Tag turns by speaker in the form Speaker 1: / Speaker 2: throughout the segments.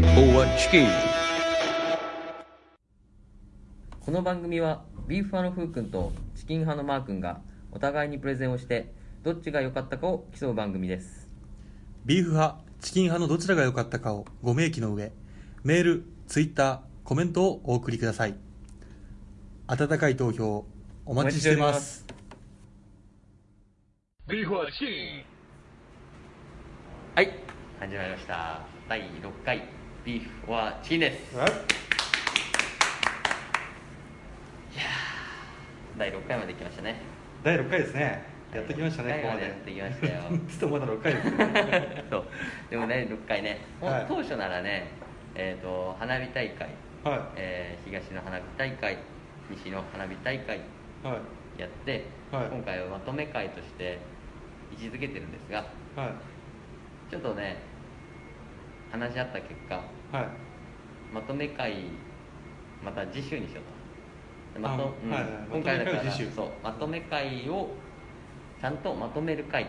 Speaker 1: チキンこの番組はビーフ派のふうくんとチキン派のマーくんがお互いにプレゼンをしてどっちが良かったかを競う番組です
Speaker 2: ビーフ派、チキン派のどちらが良かったかをご明記の上、メール、ツイッター、コメントをお送りください。温かい投票、お待ちしています。
Speaker 3: ビーフはチキン
Speaker 1: はい始まりました第6回ビーフはチキンです第6回まで来ましたね
Speaker 2: 第6回ですね。やってきました
Speaker 1: 第
Speaker 2: ね、こ
Speaker 1: 六回
Speaker 2: こま
Speaker 1: まで
Speaker 2: で。
Speaker 1: やってきましたよ
Speaker 2: ちょっとまだ6回ですけどね。
Speaker 1: そうでも第6回ね、ほん
Speaker 2: はい
Speaker 1: 当初ならねえっ、と花火大会、
Speaker 2: は
Speaker 1: えー東の花火大会西の花火大会
Speaker 2: い。はい。
Speaker 1: やって、
Speaker 2: はい
Speaker 1: 今回はまとめ会として位置づけてるんですが
Speaker 2: はい。
Speaker 1: ちょっとね話し合った結果
Speaker 2: はい。
Speaker 1: まとめ会また次週にしようとでま
Speaker 2: あ
Speaker 1: と、うん
Speaker 2: はいはい
Speaker 1: 今回だか
Speaker 2: まとめ会
Speaker 1: ら
Speaker 2: を次週
Speaker 1: そうまとめ会をちゃんとまとめる会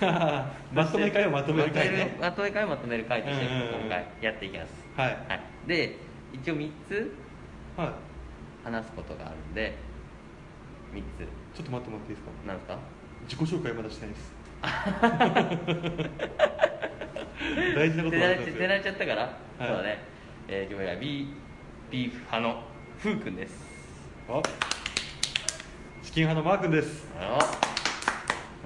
Speaker 2: まとめ会をまとめる会ね。
Speaker 1: まとめ会をまとめる会として
Speaker 2: うんうんうん
Speaker 1: 今回やっていきます、
Speaker 2: はい。
Speaker 1: はい、で一応3つ
Speaker 2: はい。
Speaker 1: 話すことがあるんで3つ
Speaker 2: ちょっと待ってもらっていいですか
Speaker 1: なんですか
Speaker 2: 自己紹介まだしてないです。 大事なこと
Speaker 1: 手慣れ
Speaker 2: 忘れ
Speaker 1: ち
Speaker 2: て
Speaker 1: ゃ
Speaker 2: ます
Speaker 1: 手
Speaker 2: よ
Speaker 1: 慣れちゃったから、
Speaker 2: はい
Speaker 1: そうだね、えー、今日はビービーフ派のふうくんです
Speaker 2: あチキン派のマー君です。
Speaker 1: あのそ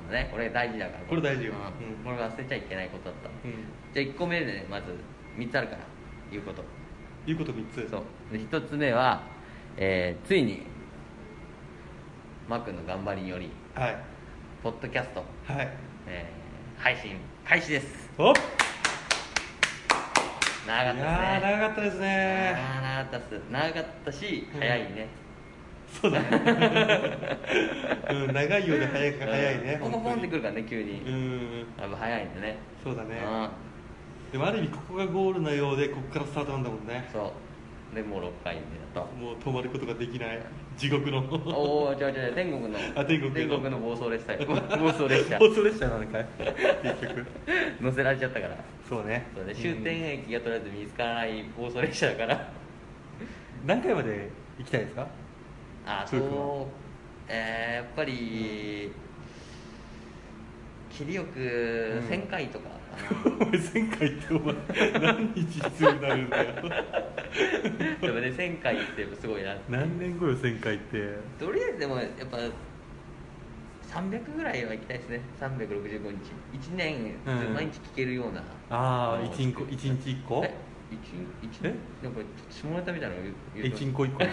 Speaker 1: うだねこれ大事だから
Speaker 2: これ大事よ
Speaker 1: うん
Speaker 2: うん
Speaker 1: これ忘れちゃいけないことだった、
Speaker 2: うん。
Speaker 1: じゃあ1個目でねまず3つあるから言うこと
Speaker 2: いうこと3つ。
Speaker 1: そうで1つ目は、えーついにマー君の頑張りにより
Speaker 2: はい。
Speaker 1: ポッドキャスト、
Speaker 2: はい。
Speaker 1: えー配信開始です
Speaker 2: おっ
Speaker 1: 長か
Speaker 2: い
Speaker 1: った
Speaker 2: やー
Speaker 1: ですね
Speaker 2: 長かったですね
Speaker 1: あー長かったっす長かったし
Speaker 2: うん
Speaker 1: 早いね、
Speaker 2: そうだねうん長いようで早いか早いね
Speaker 1: ここポン
Speaker 2: 本
Speaker 1: っ
Speaker 2: 当
Speaker 1: て
Speaker 2: に
Speaker 1: くるからね急に、
Speaker 2: うん
Speaker 1: やっぱ早いんだね
Speaker 2: そうだね
Speaker 1: う
Speaker 2: でもある意味ここがゴールなようでここからスタートなんだもんね
Speaker 1: んそうでもう6回目だと
Speaker 2: もう止まることができない地獄の
Speaker 1: おお違う違う天国の
Speaker 2: あ天国の
Speaker 1: の暴走 列車よ暴走列車
Speaker 2: 放送列車なのかい結局
Speaker 1: 乗せられちゃったから
Speaker 2: そうね
Speaker 1: そうね終点駅がとりあえず見つからない暴走列車だから
Speaker 2: うん何回まで行きたいですか
Speaker 1: あ
Speaker 2: そういうこと
Speaker 1: とえーやっぱり切りよく
Speaker 2: うん
Speaker 1: 1000回とかか
Speaker 2: お前1000回ってお前何日必要になるんだよ
Speaker 1: なでもね1000回ってやっぱすごいな
Speaker 2: 何年後よ1000回って
Speaker 1: とりあえずでもやっぱ300ぐらいは行きたいですね365日1年ずっと毎日聞けるような、
Speaker 2: ああ一日一日一個
Speaker 1: え一日一日
Speaker 2: え
Speaker 1: なんか下ネタみたいなの言う言う
Speaker 2: 一
Speaker 1: と
Speaker 2: 日一個一個でしょ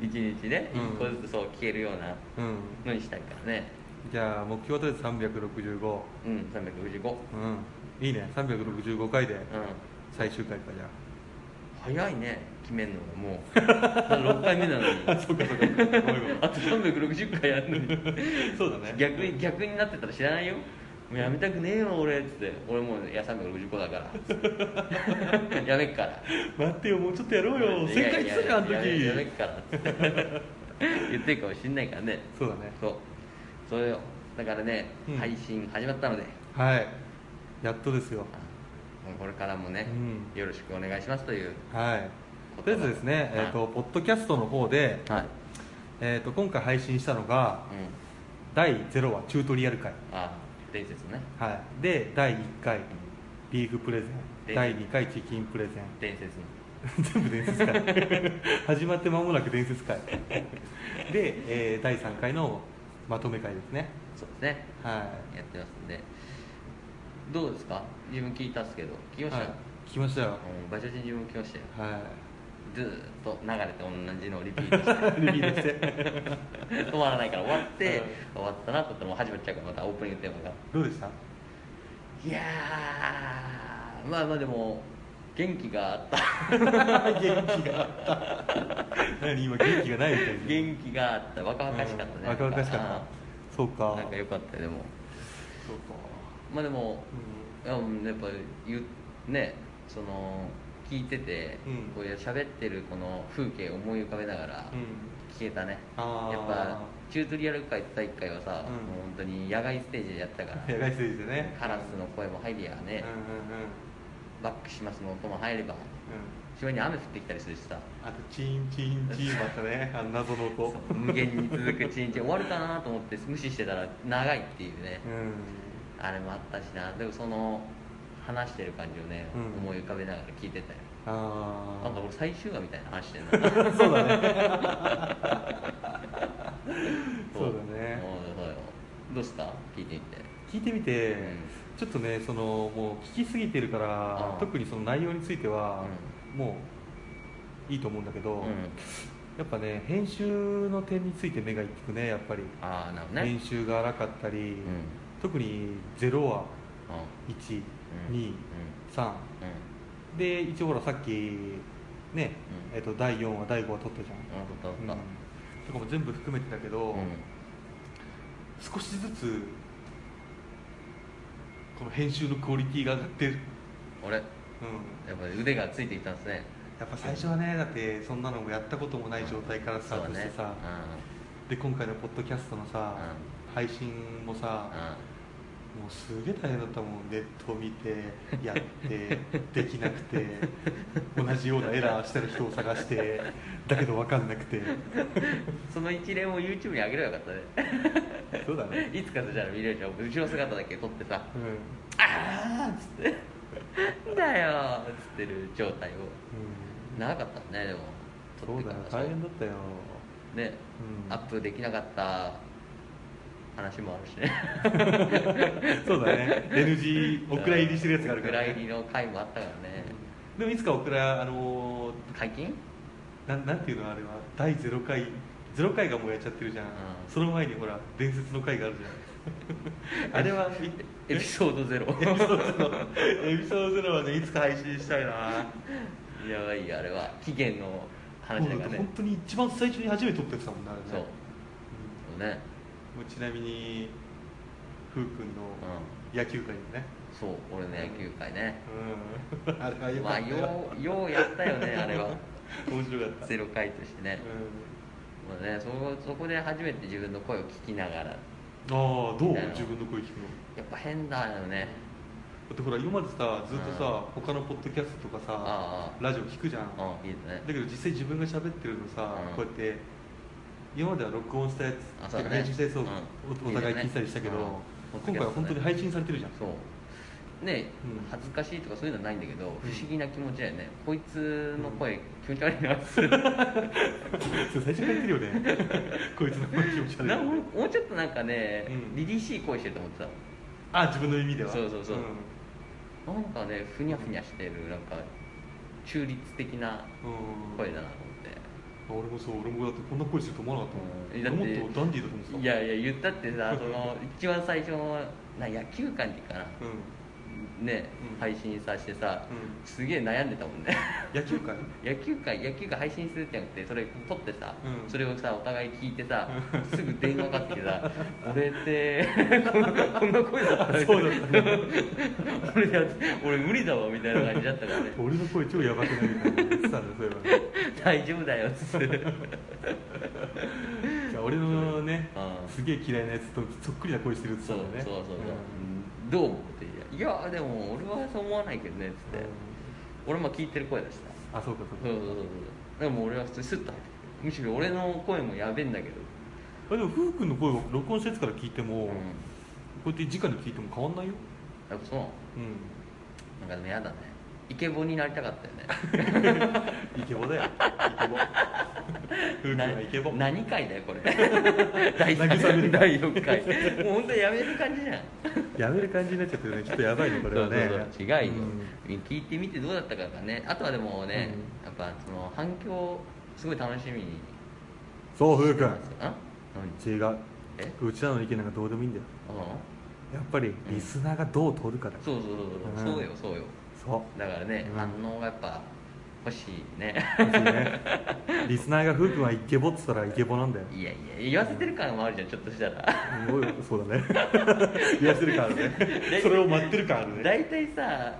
Speaker 1: 一日ね
Speaker 2: うん
Speaker 1: 一個ずつそう聞けるような
Speaker 2: うん
Speaker 1: のにしたいからね
Speaker 2: じゃあ目標はとりあえず365
Speaker 1: うん365うん
Speaker 2: うんいいね365回で最終回かじゃ
Speaker 1: 早いね決めんのがもう6 回目なのに
Speaker 2: ああそうかそうかごめんごめん
Speaker 1: あと360回やるのに
Speaker 2: そうだね
Speaker 1: 逆に逆になってたら知らないよもうやめたくねえよ俺っつって俺もういや365だからやめっから
Speaker 2: 待ってよもうちょっとやろうよ
Speaker 1: いやい
Speaker 2: 1000
Speaker 1: や
Speaker 2: 回
Speaker 1: い
Speaker 2: 来
Speaker 1: や
Speaker 2: たじゃんあの
Speaker 1: やめやめっ
Speaker 2: 時
Speaker 1: からっ つって言ってるかもしんないからね
Speaker 2: そうだね
Speaker 1: そうそれをだからね、
Speaker 2: うん
Speaker 1: 配信始まったので
Speaker 2: はいやっとですよ
Speaker 1: あもうこれからもね、
Speaker 2: うん
Speaker 1: よろしくお願いしますという
Speaker 2: はいとりあえずですね、
Speaker 1: はい
Speaker 2: えー、とポッドキャストの方で、
Speaker 1: はい、
Speaker 2: えー、と今回配信したのが
Speaker 1: うん、
Speaker 2: 第0話チュートリアル回、
Speaker 1: あ伝説ね
Speaker 2: はい、で第1回ビーフプレゼ
Speaker 1: で
Speaker 2: ン第2回チキンプレゼン
Speaker 1: 伝説の
Speaker 2: 全部伝説会 始まって間もなく伝説会 で、えー第3回のまとめ会ですね
Speaker 1: そうですね
Speaker 2: は
Speaker 1: やってますんでどうですか自分聞いたっすけど聞き
Speaker 2: い
Speaker 1: ました、
Speaker 2: はい聞きましたよ
Speaker 1: うん場所に自分聞きましたよ
Speaker 2: は
Speaker 1: ずーっと流れて同じのをリピートして
Speaker 2: いリピートして
Speaker 1: 止まらないから終わって、
Speaker 2: う
Speaker 1: 終わったなと思ったらもう始まっちゃうからまたオープニングテーマが
Speaker 2: どう でした
Speaker 1: いやーまあまあでも元気があった
Speaker 2: 元気が あった何今元気がないみたいに
Speaker 1: 元気があった若々しかったね、
Speaker 2: うん若々しかっ
Speaker 1: あ
Speaker 2: たそうか
Speaker 1: ーなんか良かったよでも
Speaker 2: そうか
Speaker 1: まあでも
Speaker 2: う
Speaker 1: いやうんやっぱ言うねその聞いてて、
Speaker 2: うん
Speaker 1: こういう喋ってるこの風景を思い浮かべながら
Speaker 2: ん、うん、
Speaker 1: 聞けたね、
Speaker 2: あー
Speaker 1: やっぱチュートリアル会第1回はさ、
Speaker 2: うん
Speaker 1: もう本当に野外ステージでやったから
Speaker 2: 野外ステージでね
Speaker 1: カラスの声も入りやね、
Speaker 2: うんうんうん
Speaker 1: バックしますの音も入れば後ろに雨降ってきたりするしさ
Speaker 2: あとチンチンチンまたねあの謎の音
Speaker 1: そう無限に続くチンチン終わるかなと思って無視してたら長いっていうね
Speaker 2: う
Speaker 1: あれもあったしなでもその話してる感じをね、
Speaker 2: うん
Speaker 1: 思い浮かべながら聞いてたよ
Speaker 2: んあ
Speaker 1: なんか
Speaker 2: あ
Speaker 1: 俺最終話みたいな話してんな そうだね
Speaker 2: そうだ ねそうだね
Speaker 1: そうよどうした聞いてみて
Speaker 2: 聞いてみて、
Speaker 1: うん
Speaker 2: ちょっとねそのもう聞きすぎてるから
Speaker 1: あー
Speaker 2: 特にその内容については、もういいと思うんだけど、
Speaker 1: うん、
Speaker 2: やっぱね編集の点について目がいってくねやっぱり、
Speaker 1: ああなるほどね
Speaker 2: 編集が荒かったり、
Speaker 1: うんうん
Speaker 2: 特に0は
Speaker 1: あ
Speaker 2: 123
Speaker 1: うんうん
Speaker 2: で一応ほらさっきね、
Speaker 1: うん
Speaker 2: えっと第4話第5話撮ったじゃん、
Speaker 1: うんあ撮った撮っ
Speaker 2: とかも全部含めてだけ
Speaker 1: た
Speaker 2: ど、
Speaker 1: うん
Speaker 2: 少しずつこの編集のクオリティが上がってる、うん、
Speaker 1: 俺やっぱり腕がついてきたんですね
Speaker 2: やっぱ最初はねだってそんなのもやったこともない状態からスタートして
Speaker 1: そうだ
Speaker 2: さ、で今回のポッドキャストのさ、配信もさ、
Speaker 1: う
Speaker 2: もうすげえ大変だったもんネットを見てやって できなくて同じようなエラーしてる人を探してだけど分かんなくて
Speaker 1: んうんその一連を YouTube に上げればよかったね
Speaker 2: そうだ ね
Speaker 1: いつかそしたら見れるじゃん後ろ姿だけ撮ってさ
Speaker 2: うん、うん、
Speaker 1: 「ああ!」っつって 「なんだよ!」っつってる状態を長かったねでも
Speaker 2: そうだよ
Speaker 1: ら
Speaker 2: 大変だったよ
Speaker 1: ね、
Speaker 2: うん
Speaker 1: アップできなかった話もあるしね
Speaker 2: そうだね NG オクラ入りしてるやつがあるから、
Speaker 1: お蔵入り
Speaker 2: ね、
Speaker 1: の回もあったからね
Speaker 2: でもいつかオクラあのー
Speaker 1: 解禁
Speaker 2: なんなんていうのあれは第0回0回がもうやっちゃってるじゃん、その前にほら伝説の回があるじゃ んあれは見て
Speaker 1: エピソードゼロ
Speaker 2: エピソード0エピソードゼロはねいつか配信したいない
Speaker 1: やばいよあれは期限の話だ
Speaker 2: もう
Speaker 1: からね
Speaker 2: 本当に一番最初に初めて撮ったやつだもんなあれね
Speaker 1: そうそうね
Speaker 2: うんもうちなみにふうくんの野球界のね
Speaker 1: そう俺の野球界ね
Speaker 2: うん あれはよ
Speaker 1: ま
Speaker 2: か
Speaker 1: あ
Speaker 2: った
Speaker 1: よ
Speaker 2: よ
Speaker 1: うようやったよ ねあれは
Speaker 2: 面白かった
Speaker 1: ゼロ回としてね,、まあ、ねそそこで初めて自分の声を聞きながらや
Speaker 2: うん、ああどう
Speaker 1: だよ
Speaker 2: 自分の声聞くの
Speaker 1: っぱ変だよね
Speaker 2: だってほら今までさずっとさ、他のポッドキャストとかさ
Speaker 1: あ
Speaker 2: ラジオ聞くじゃん、だ
Speaker 1: うんいいですね
Speaker 2: けど実際自分が喋ってるのさ、
Speaker 1: うん
Speaker 2: こうやって今までは録音したや
Speaker 1: あ
Speaker 2: つ
Speaker 1: そうだね
Speaker 2: てか編集したやつを、
Speaker 1: うん
Speaker 2: おお互い聞いたりしたけど、
Speaker 1: いいよねうん
Speaker 2: 今回は本当に配信されてるじゃん、
Speaker 1: そうね
Speaker 2: うん
Speaker 1: 恥ずかしいとかそういうのはないんだけど、
Speaker 2: うん
Speaker 1: 不思議な気持ちだよねこいつの声気持ち悪いなっつって
Speaker 2: そう最初から言ってるよね こいつの声気持ち悪い
Speaker 1: な
Speaker 2: よ
Speaker 1: んかも
Speaker 2: ね
Speaker 1: うもうちょっとなんかね、
Speaker 2: うん
Speaker 1: 凛々しい声してると思ってた
Speaker 2: あ自分の耳では
Speaker 1: そうそうそう
Speaker 2: うん
Speaker 1: なんかねふにゃふにゃしてるなんか中立的な
Speaker 2: うん
Speaker 1: 声だなと
Speaker 2: 俺もそう俺もだってこんな声すると思わなかったもん、
Speaker 1: うんだって
Speaker 2: 俺もっとダンディーだと思っ
Speaker 1: 思
Speaker 2: て
Speaker 1: ったていやいや言ったって さその一番最初のな野球観にかな
Speaker 2: うん、
Speaker 1: ね
Speaker 2: うん
Speaker 1: 配信させてさ、
Speaker 2: う
Speaker 1: すげえ悩んでたもんね
Speaker 2: 野球界
Speaker 1: 野球界野球界配信するってなくてそれ撮ってさ、
Speaker 2: うん
Speaker 1: それをさお互い聞いてさ、すぐ電話かかってきて さ「俺って こんなこんな声だったね
Speaker 2: そうだったね
Speaker 1: 俺や俺無理だわ」みたいな感じだったから ね
Speaker 2: 俺の声超やばくないみたいな言ってたんだそういえばね
Speaker 1: 「大丈夫だよ」っつ って
Speaker 2: じゃあ俺のね
Speaker 1: うん
Speaker 2: すげえ嫌いなやつとそっくりな声してるって
Speaker 1: そ
Speaker 2: 言
Speaker 1: う
Speaker 2: ってたんだ
Speaker 1: そう
Speaker 2: ね
Speaker 1: そうそう、
Speaker 2: ん
Speaker 1: どう思っていやいやでも俺はそう思わないけどねっつって、俺も聞いてる声だしさ
Speaker 2: あそうか
Speaker 1: そ
Speaker 2: そうう
Speaker 1: そうそ
Speaker 2: か
Speaker 1: うそうでも俺は普通にスッと入ってくるむしろ俺の声もやべえんだけど、
Speaker 2: あでもふうくんの声を録音したやつから聞いても、
Speaker 1: うん、
Speaker 2: こうやって直で聞いても変わんないよ
Speaker 1: やっぱそう
Speaker 2: うん
Speaker 1: なんかでもやだねイケボになりたかったよね
Speaker 2: イケボだよイ ケボふうくんはイケボ
Speaker 1: な何回だよこ れ第
Speaker 2: 慰め
Speaker 1: 3
Speaker 2: る
Speaker 1: 第4回 もう本当にやめる感じじゃん
Speaker 2: やめる感じになっちゃってるねちょっとやばいねこれは
Speaker 1: そ
Speaker 2: ね
Speaker 1: うそうそう違いよ、
Speaker 2: うん
Speaker 1: 聞いてみてどうだったかがねあとはでもね、やっぱその反響すごい楽しみに
Speaker 2: そうふうくん
Speaker 1: あ何
Speaker 2: 違う
Speaker 1: え
Speaker 2: うちらの意見なんかどうでもいいんだよ
Speaker 1: あ
Speaker 2: やっぱりリスナーがどう取るかだ、
Speaker 1: そうそうそうそう、
Speaker 2: うん
Speaker 1: そうよそうよ
Speaker 2: そう
Speaker 1: だからね、
Speaker 2: うん
Speaker 1: 反応がやっぱ欲しいね
Speaker 2: ですねリスナーがふうくんはイケボっつったらイケボなんだよ
Speaker 1: いやいや言わせてる感もあるじゃんちょっとしたら
Speaker 2: すごいそうだね言わせる感あるね それを待ってる感あるね
Speaker 1: 大体さ、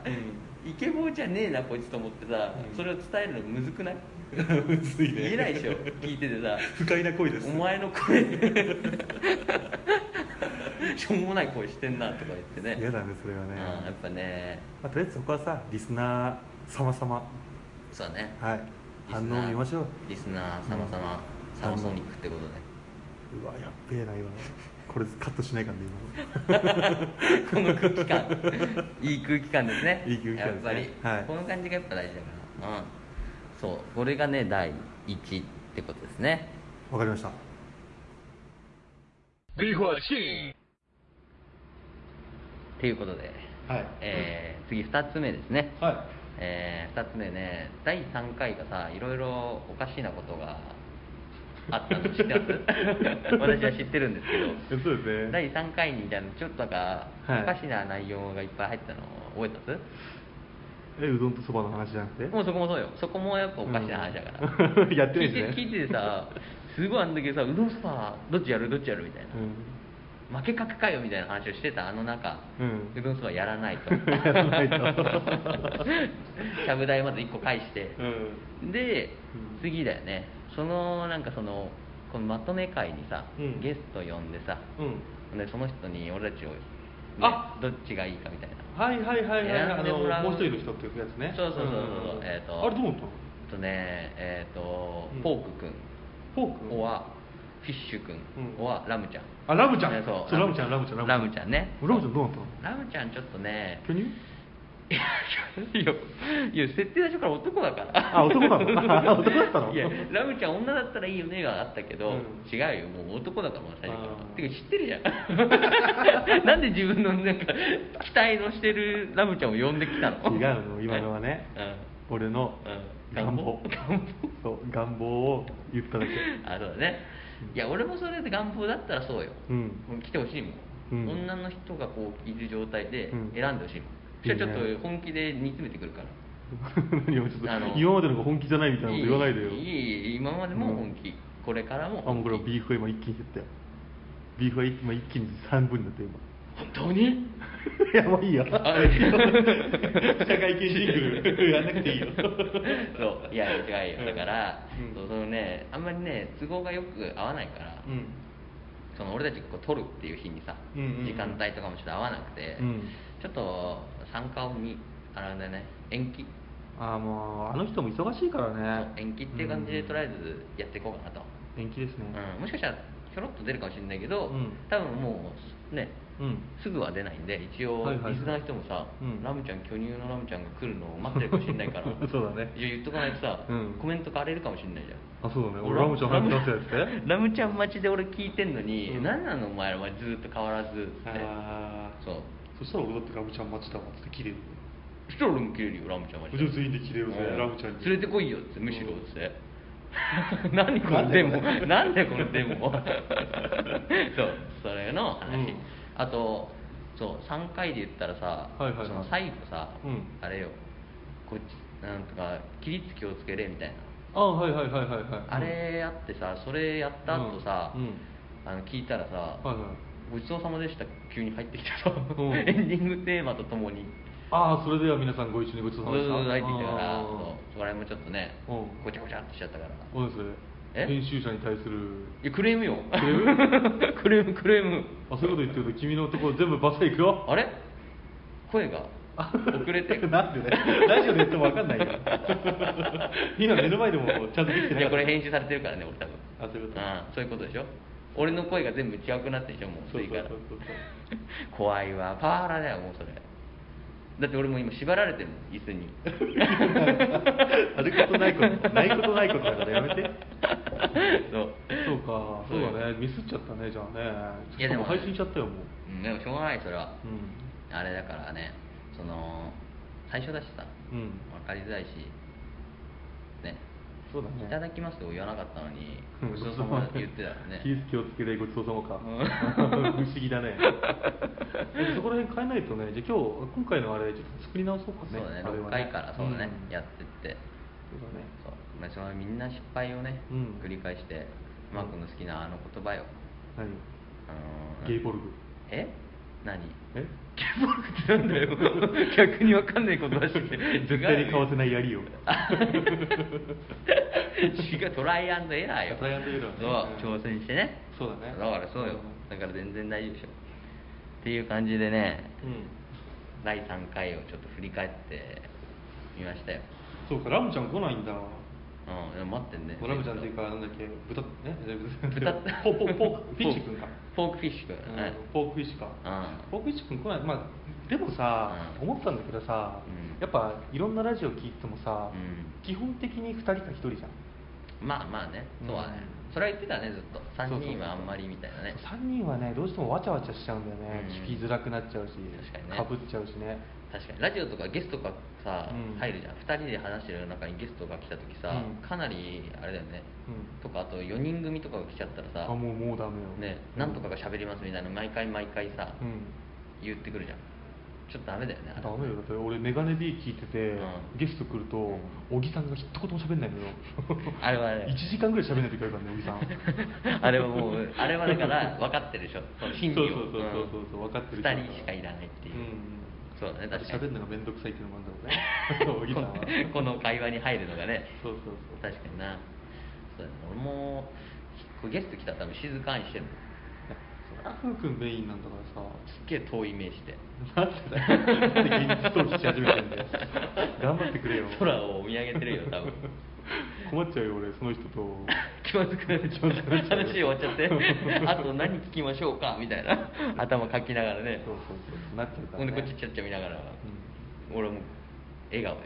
Speaker 1: イケボじゃねえなこいつと思ってさ、
Speaker 2: うん
Speaker 1: それを伝えるのむずくない
Speaker 2: むずいね
Speaker 1: 言えないで しょ聞いててさ
Speaker 2: 不快な声です
Speaker 1: お前の声 しょうもない声してんなとか言ってね
Speaker 4: 嫌だねそれは
Speaker 1: うん
Speaker 4: ね、
Speaker 1: やっぱね
Speaker 4: まあ、とりあえずそこはさリスナー様様
Speaker 1: そうだね
Speaker 4: はい
Speaker 1: リスナ
Speaker 4: 反応
Speaker 1: ー
Speaker 4: を見ましょう
Speaker 1: リスナー様様、サムソニックってことで
Speaker 4: うわやっべえな今のこれカットしないかんね今の
Speaker 1: この空気感いい空気感ですね
Speaker 4: いい空気感ですね
Speaker 1: やっぱり、
Speaker 4: はい
Speaker 1: この感じがやっぱ大事だから、うん、そうこれがね第1ってことですね
Speaker 4: わかりました
Speaker 2: 比火器。
Speaker 1: ということで、
Speaker 4: はい
Speaker 1: えー次2つ目ですね、
Speaker 4: は
Speaker 1: え2つ目ね第3回がさいろいろおかしなことがあったの知ってま す私は知ってるんですけど
Speaker 4: そうですね
Speaker 1: 第3回にじゃあちょっとなんか
Speaker 4: はい
Speaker 1: おかしな内容がいっぱい入ったの覚えてます、
Speaker 4: えうどんとそばの話じゃなくて
Speaker 1: もうそこもそうよそこもやっぱおかしな話だから、
Speaker 4: うん やってないですね
Speaker 1: 聞いて聞いててさすごいあんだけどさうどんスパどっちやるどっちやるみたいな、負けかけかよみたいな話をしてたあの中、
Speaker 4: うん
Speaker 1: うどんそばやらないと
Speaker 4: やらない と
Speaker 1: ちゃぶ台まず1個返して、
Speaker 4: うん、うん
Speaker 1: で
Speaker 4: うん
Speaker 1: 次だよねそのなんかそのこのまとめ会にさ、
Speaker 4: うん
Speaker 1: ゲスト呼んでさ
Speaker 4: うん、
Speaker 1: でその人に俺たちを、ね
Speaker 4: あ
Speaker 1: どっちがいいかみたいな
Speaker 4: はいはいはいはい
Speaker 1: 選
Speaker 4: あ
Speaker 1: んで
Speaker 4: の
Speaker 1: もらう
Speaker 4: もう一人の人っていうやつね
Speaker 1: そうそうそうそう
Speaker 4: うん
Speaker 1: えーと
Speaker 4: あれどうなったの
Speaker 1: えっとねえっ、と、
Speaker 4: うん
Speaker 1: ポークくん
Speaker 4: フォーク
Speaker 1: おはフィッシュく
Speaker 4: う
Speaker 1: ん
Speaker 4: ん
Speaker 1: おはラムちゃん
Speaker 4: あラムちゃん
Speaker 1: ねそう
Speaker 4: そうラムちゃんラムちゃん
Speaker 1: ラムちゃんね
Speaker 4: ラムちゃんどうなったの
Speaker 1: ラムちゃんちょっとね
Speaker 4: 巨乳
Speaker 1: いやいやいや設定最初から男だから
Speaker 4: あ男なの あ男だったの
Speaker 1: いやラムちゃん女だったらいいよねがあったけど、
Speaker 4: うん
Speaker 1: 違うよもう男だからもう最初か
Speaker 4: あ
Speaker 1: ら
Speaker 4: ー
Speaker 1: てか知ってるじゃん なんで自分のなんか期待のしてるラムちゃんを呼んできたの
Speaker 4: 違うの今のはね俺の
Speaker 1: うん
Speaker 4: 願望
Speaker 1: 願望
Speaker 4: そう願望を言っただけ
Speaker 1: あそうだねいや俺もそれで願望だったらそうよ、
Speaker 4: うん
Speaker 1: もう来てほしいもん、
Speaker 4: うん
Speaker 1: 女の人がこういる状態で
Speaker 4: うん
Speaker 1: 選んでほしいもん、じゃあちょ
Speaker 4: いいね
Speaker 1: っと本気で煮詰めてくるから
Speaker 4: 何をちょっと
Speaker 1: あの
Speaker 4: 今までのが本気じゃないみたいなこと言わないでよ
Speaker 1: いい今までも本気、これからも
Speaker 4: あもうこれ
Speaker 1: 本気
Speaker 4: ビーフが今一気に減ったよビーフが今一気に3分になったよ
Speaker 1: 本 当に
Speaker 4: 今 いやもういいよ社
Speaker 1: あ
Speaker 4: 会系シングルやんなくて いいよ
Speaker 1: そういや違うよだから、
Speaker 4: うん
Speaker 1: そうそのねあんまりね都合がよく合わないから、
Speaker 4: うん
Speaker 1: その俺たちがこう撮るっていう日にさ、
Speaker 4: うんうんうん
Speaker 1: 時間帯とかもちょっと合わなくて、
Speaker 4: うん
Speaker 1: ちょっと参加を見あれだね延期
Speaker 4: あーもうあの人も忙しいからね
Speaker 1: 延期っていう感じでとりあえずやっていこうかなと、
Speaker 4: ず延期ですね
Speaker 1: うんもしかしたらひょろっと出るかもしれないけど、
Speaker 4: うん
Speaker 1: 多分もうね
Speaker 4: うん
Speaker 1: すぐは出ないんで一応
Speaker 4: はいはいはい
Speaker 1: リスナーの人もさ、
Speaker 4: うん
Speaker 1: ラムちゃん巨乳のラムちゃんが来るのを待ってるかもしれないから
Speaker 4: そうだね
Speaker 1: いや言っとかないとさ、
Speaker 4: うん
Speaker 1: コメントが荒れるかもしれないじゃん
Speaker 4: あそうだね俺ラムちゃん早く出せやつって
Speaker 1: ラムちゃん待ちで俺聞いてんのに、
Speaker 4: うん
Speaker 1: 何なのお前らはずーっと変わらずって
Speaker 4: あー
Speaker 1: そう
Speaker 4: そしたら俺だってラムちゃん待ちだわっつって切れる
Speaker 1: そしたら俺も切れるよラムちゃん待ち
Speaker 4: じゃあ全員で切れようぜ
Speaker 1: うん
Speaker 4: ラムちゃんに
Speaker 1: 連れてこいよっつってむしろっつって 何このデモなんでこのデ モそうそれの話、
Speaker 4: うん
Speaker 1: あとそう3回で言ったらさ、
Speaker 4: はいはいはい
Speaker 1: その最後さ、
Speaker 4: うん
Speaker 1: あれよこっちなんとか切りつきをつけれみたいな、
Speaker 4: あはいはいはいはいはい
Speaker 1: あれやってさそれやった後さ、
Speaker 4: うんうん
Speaker 1: あの聞いたらさ、
Speaker 4: はいはい
Speaker 1: ごちそうさまでした急に入ってきたさ、
Speaker 4: うん
Speaker 1: エンディングテーマとともに
Speaker 4: ああそれでは皆さんご一緒にごち
Speaker 1: そ
Speaker 4: そうう
Speaker 1: そ
Speaker 4: さ
Speaker 1: う
Speaker 4: までした
Speaker 1: 入ってきたから
Speaker 4: あー
Speaker 1: そうそこら辺もちょっとね
Speaker 4: うん
Speaker 1: ごちゃごちゃっとしちゃったから
Speaker 4: 何それ
Speaker 1: え
Speaker 4: 編集者に対する
Speaker 1: いやクレームよクレームクレームクレーム
Speaker 4: あそういうこと言ってると君のところ全部バサいくよ
Speaker 1: あれ声が遅れて
Speaker 4: なんでねラジオで言っても分かんないよ 今目の前でもちゃんとできてない
Speaker 1: いやこれ編集されてるからね俺多分
Speaker 4: あそういうこと
Speaker 1: んそういうことでしょ俺の声が全部違くなってるでしょもう
Speaker 4: そう
Speaker 1: 薄
Speaker 4: そ
Speaker 1: いうから
Speaker 4: そうそう
Speaker 1: 怖いわパワハラだよもうそれだって俺もう今縛られてるもん椅子に
Speaker 4: あることないことないことないことだからや めて
Speaker 1: そう
Speaker 4: そうかそうだねミスっちゃったねじゃあね
Speaker 1: いやでも
Speaker 4: しか配信しちゃったよもう
Speaker 1: うんでもしょうがないそれは
Speaker 4: う
Speaker 1: あれだからねその最初だしさ
Speaker 4: んうん
Speaker 1: 分かりづらいしね
Speaker 4: そうだね
Speaker 1: いただきますと言わなかったのに
Speaker 4: うん
Speaker 1: ごちそうさまって言ってたらね
Speaker 4: 気ぃ気をつけてごちそうさまか、
Speaker 1: うん
Speaker 4: 不思議だねでもそこら辺変えないとねじゃあ今日今回のあれちょっと作り直そうか
Speaker 1: そ
Speaker 4: ね
Speaker 1: う
Speaker 4: あ
Speaker 1: だね
Speaker 4: れは
Speaker 1: 6回からそうだね、
Speaker 4: ん
Speaker 1: やってって
Speaker 4: そうだね
Speaker 1: そう、まあ、そのみんな失敗をね、
Speaker 4: うん
Speaker 1: 繰り返してマー君の好きなあの言葉よ、
Speaker 4: 何
Speaker 1: あの
Speaker 4: ゲイボルグ
Speaker 1: え何
Speaker 4: え
Speaker 1: ゲイボルグってなんだよ逆に分かんない言葉 してて
Speaker 4: 絶対に買わせない槍よ
Speaker 1: 違うトライアンドエラーよ
Speaker 4: トライアンドエラーね
Speaker 1: そう挑戦してね
Speaker 4: そうだね
Speaker 1: だからそうよ
Speaker 4: う
Speaker 1: だから全然大丈夫でしょっていう感じでね
Speaker 4: うん
Speaker 1: 第3回をちょっと振り返ってみましたよ
Speaker 4: そうかラムちゃん来ないんだ
Speaker 1: うんでも待ってんね
Speaker 4: ラムちゃんっていうかなんだっけ豚ね
Speaker 1: 豚
Speaker 4: 豚 ポポポークフィッシュ君か
Speaker 1: ポークフィッシュ君
Speaker 4: うん
Speaker 1: はい
Speaker 4: ポークフィッシュかポークフィッシュ君来ないまあでもさ
Speaker 1: うん
Speaker 4: 思ったんだけどさ
Speaker 1: うん
Speaker 4: やっぱいろんなラジオ聞いてもさ
Speaker 1: うん
Speaker 4: 基本的に2人か1人じゃん
Speaker 1: うんまあまあねそうはね
Speaker 4: う
Speaker 1: それは言ってたねずっと
Speaker 4: そう
Speaker 1: 3
Speaker 4: そう
Speaker 1: 人はあんまりみたいなね
Speaker 4: 3人はねどうしてもわちゃわちゃしちゃうんだよね
Speaker 1: うん
Speaker 4: 聞きづらくなっちゃうし
Speaker 1: 確かにね
Speaker 4: かぶっちゃうしね
Speaker 1: 確かにラジオとかゲストがさ
Speaker 4: うん
Speaker 1: 入るじゃん2人で話してる中にゲストが来た時さ
Speaker 4: うん
Speaker 1: かなりあれだよね
Speaker 4: うん
Speaker 1: とかあと4人組とかが来ちゃったら
Speaker 4: あ
Speaker 1: さ
Speaker 4: もうもうダメよ
Speaker 1: ねなんとかが喋りますみたいな毎回毎回さ
Speaker 4: うん
Speaker 1: 言ってくるじゃんちょっとダメだよねあれ
Speaker 4: ダメよだって 俺メガネ D 聞いてて、
Speaker 1: うん
Speaker 4: ゲスト来ると小木さんが一言も喋んないのよ
Speaker 1: あれはね
Speaker 4: 1時間ぐらい喋んないといけないからね小木さん
Speaker 1: あれはもうあれはだから分かってるでしょその心理を
Speaker 4: そうそうそうそうそう分かってる
Speaker 1: 2人しかいらないっていう、そうだね確か
Speaker 4: 喋る のが面倒くさいっていうのもあるんだろうね小木さんは
Speaker 1: に この会話に入るのがね
Speaker 4: そうそうそう
Speaker 1: 確かになそうだね俺もこうゲスト来たら多分静かにしてるの
Speaker 4: そりゃふうくんメインなんだからさ
Speaker 1: すっげえ遠い目して
Speaker 4: なん でだよなんで現実逃避し始めてんだよ頑張ってくれよ
Speaker 1: 空を見上げてるよ多 分
Speaker 4: 困っちゃうよ俺その人と
Speaker 1: 気まずくなっちゃう話終わっちゃってあと何聞きましょうかみたいな頭かきながらね
Speaker 4: そうそうそうなっちゃうか
Speaker 1: ほ
Speaker 4: ら、
Speaker 1: んで
Speaker 4: ね、
Speaker 1: こっちちゃっちゃ見ながら、俺もう笑顔よ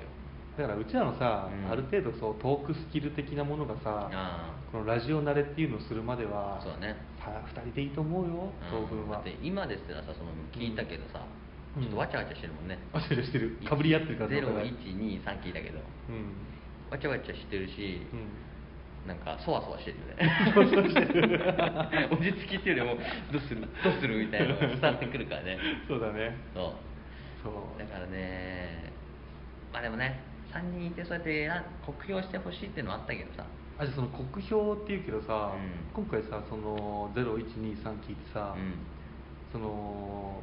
Speaker 4: だからうちらのさ、
Speaker 1: うん
Speaker 4: ある程度そうトークスキル的なものがさ
Speaker 1: ああ
Speaker 4: このラジオ慣れっていうのをするまでは
Speaker 1: そうだね
Speaker 4: さ2人でいいと思うよ当分
Speaker 1: だ
Speaker 4: は
Speaker 1: って今ですらさその聞いたけどさ、
Speaker 4: うん
Speaker 1: ちょっとわちゃわちゃしてるも んね
Speaker 4: わちゃわちゃしてるかぶり合ってるからね
Speaker 1: ゼロ
Speaker 4: お互い
Speaker 1: 123聞いたけど
Speaker 4: うん
Speaker 1: わちゃわちゃしてるし、
Speaker 4: う
Speaker 1: なんかそわそわしてるよね 落ち着きっていうよりもどう するどうするみたいなのが伝わってくるからね
Speaker 4: んそうだね
Speaker 1: そう
Speaker 4: そう
Speaker 1: だからねまあでもね3人いてそうやってな酷評してほしいっていうのはあったけどさ
Speaker 4: あじゃあその酷評っていうけどさ、
Speaker 1: うん
Speaker 4: 今回さその0123聞いてさ、
Speaker 1: うん
Speaker 4: その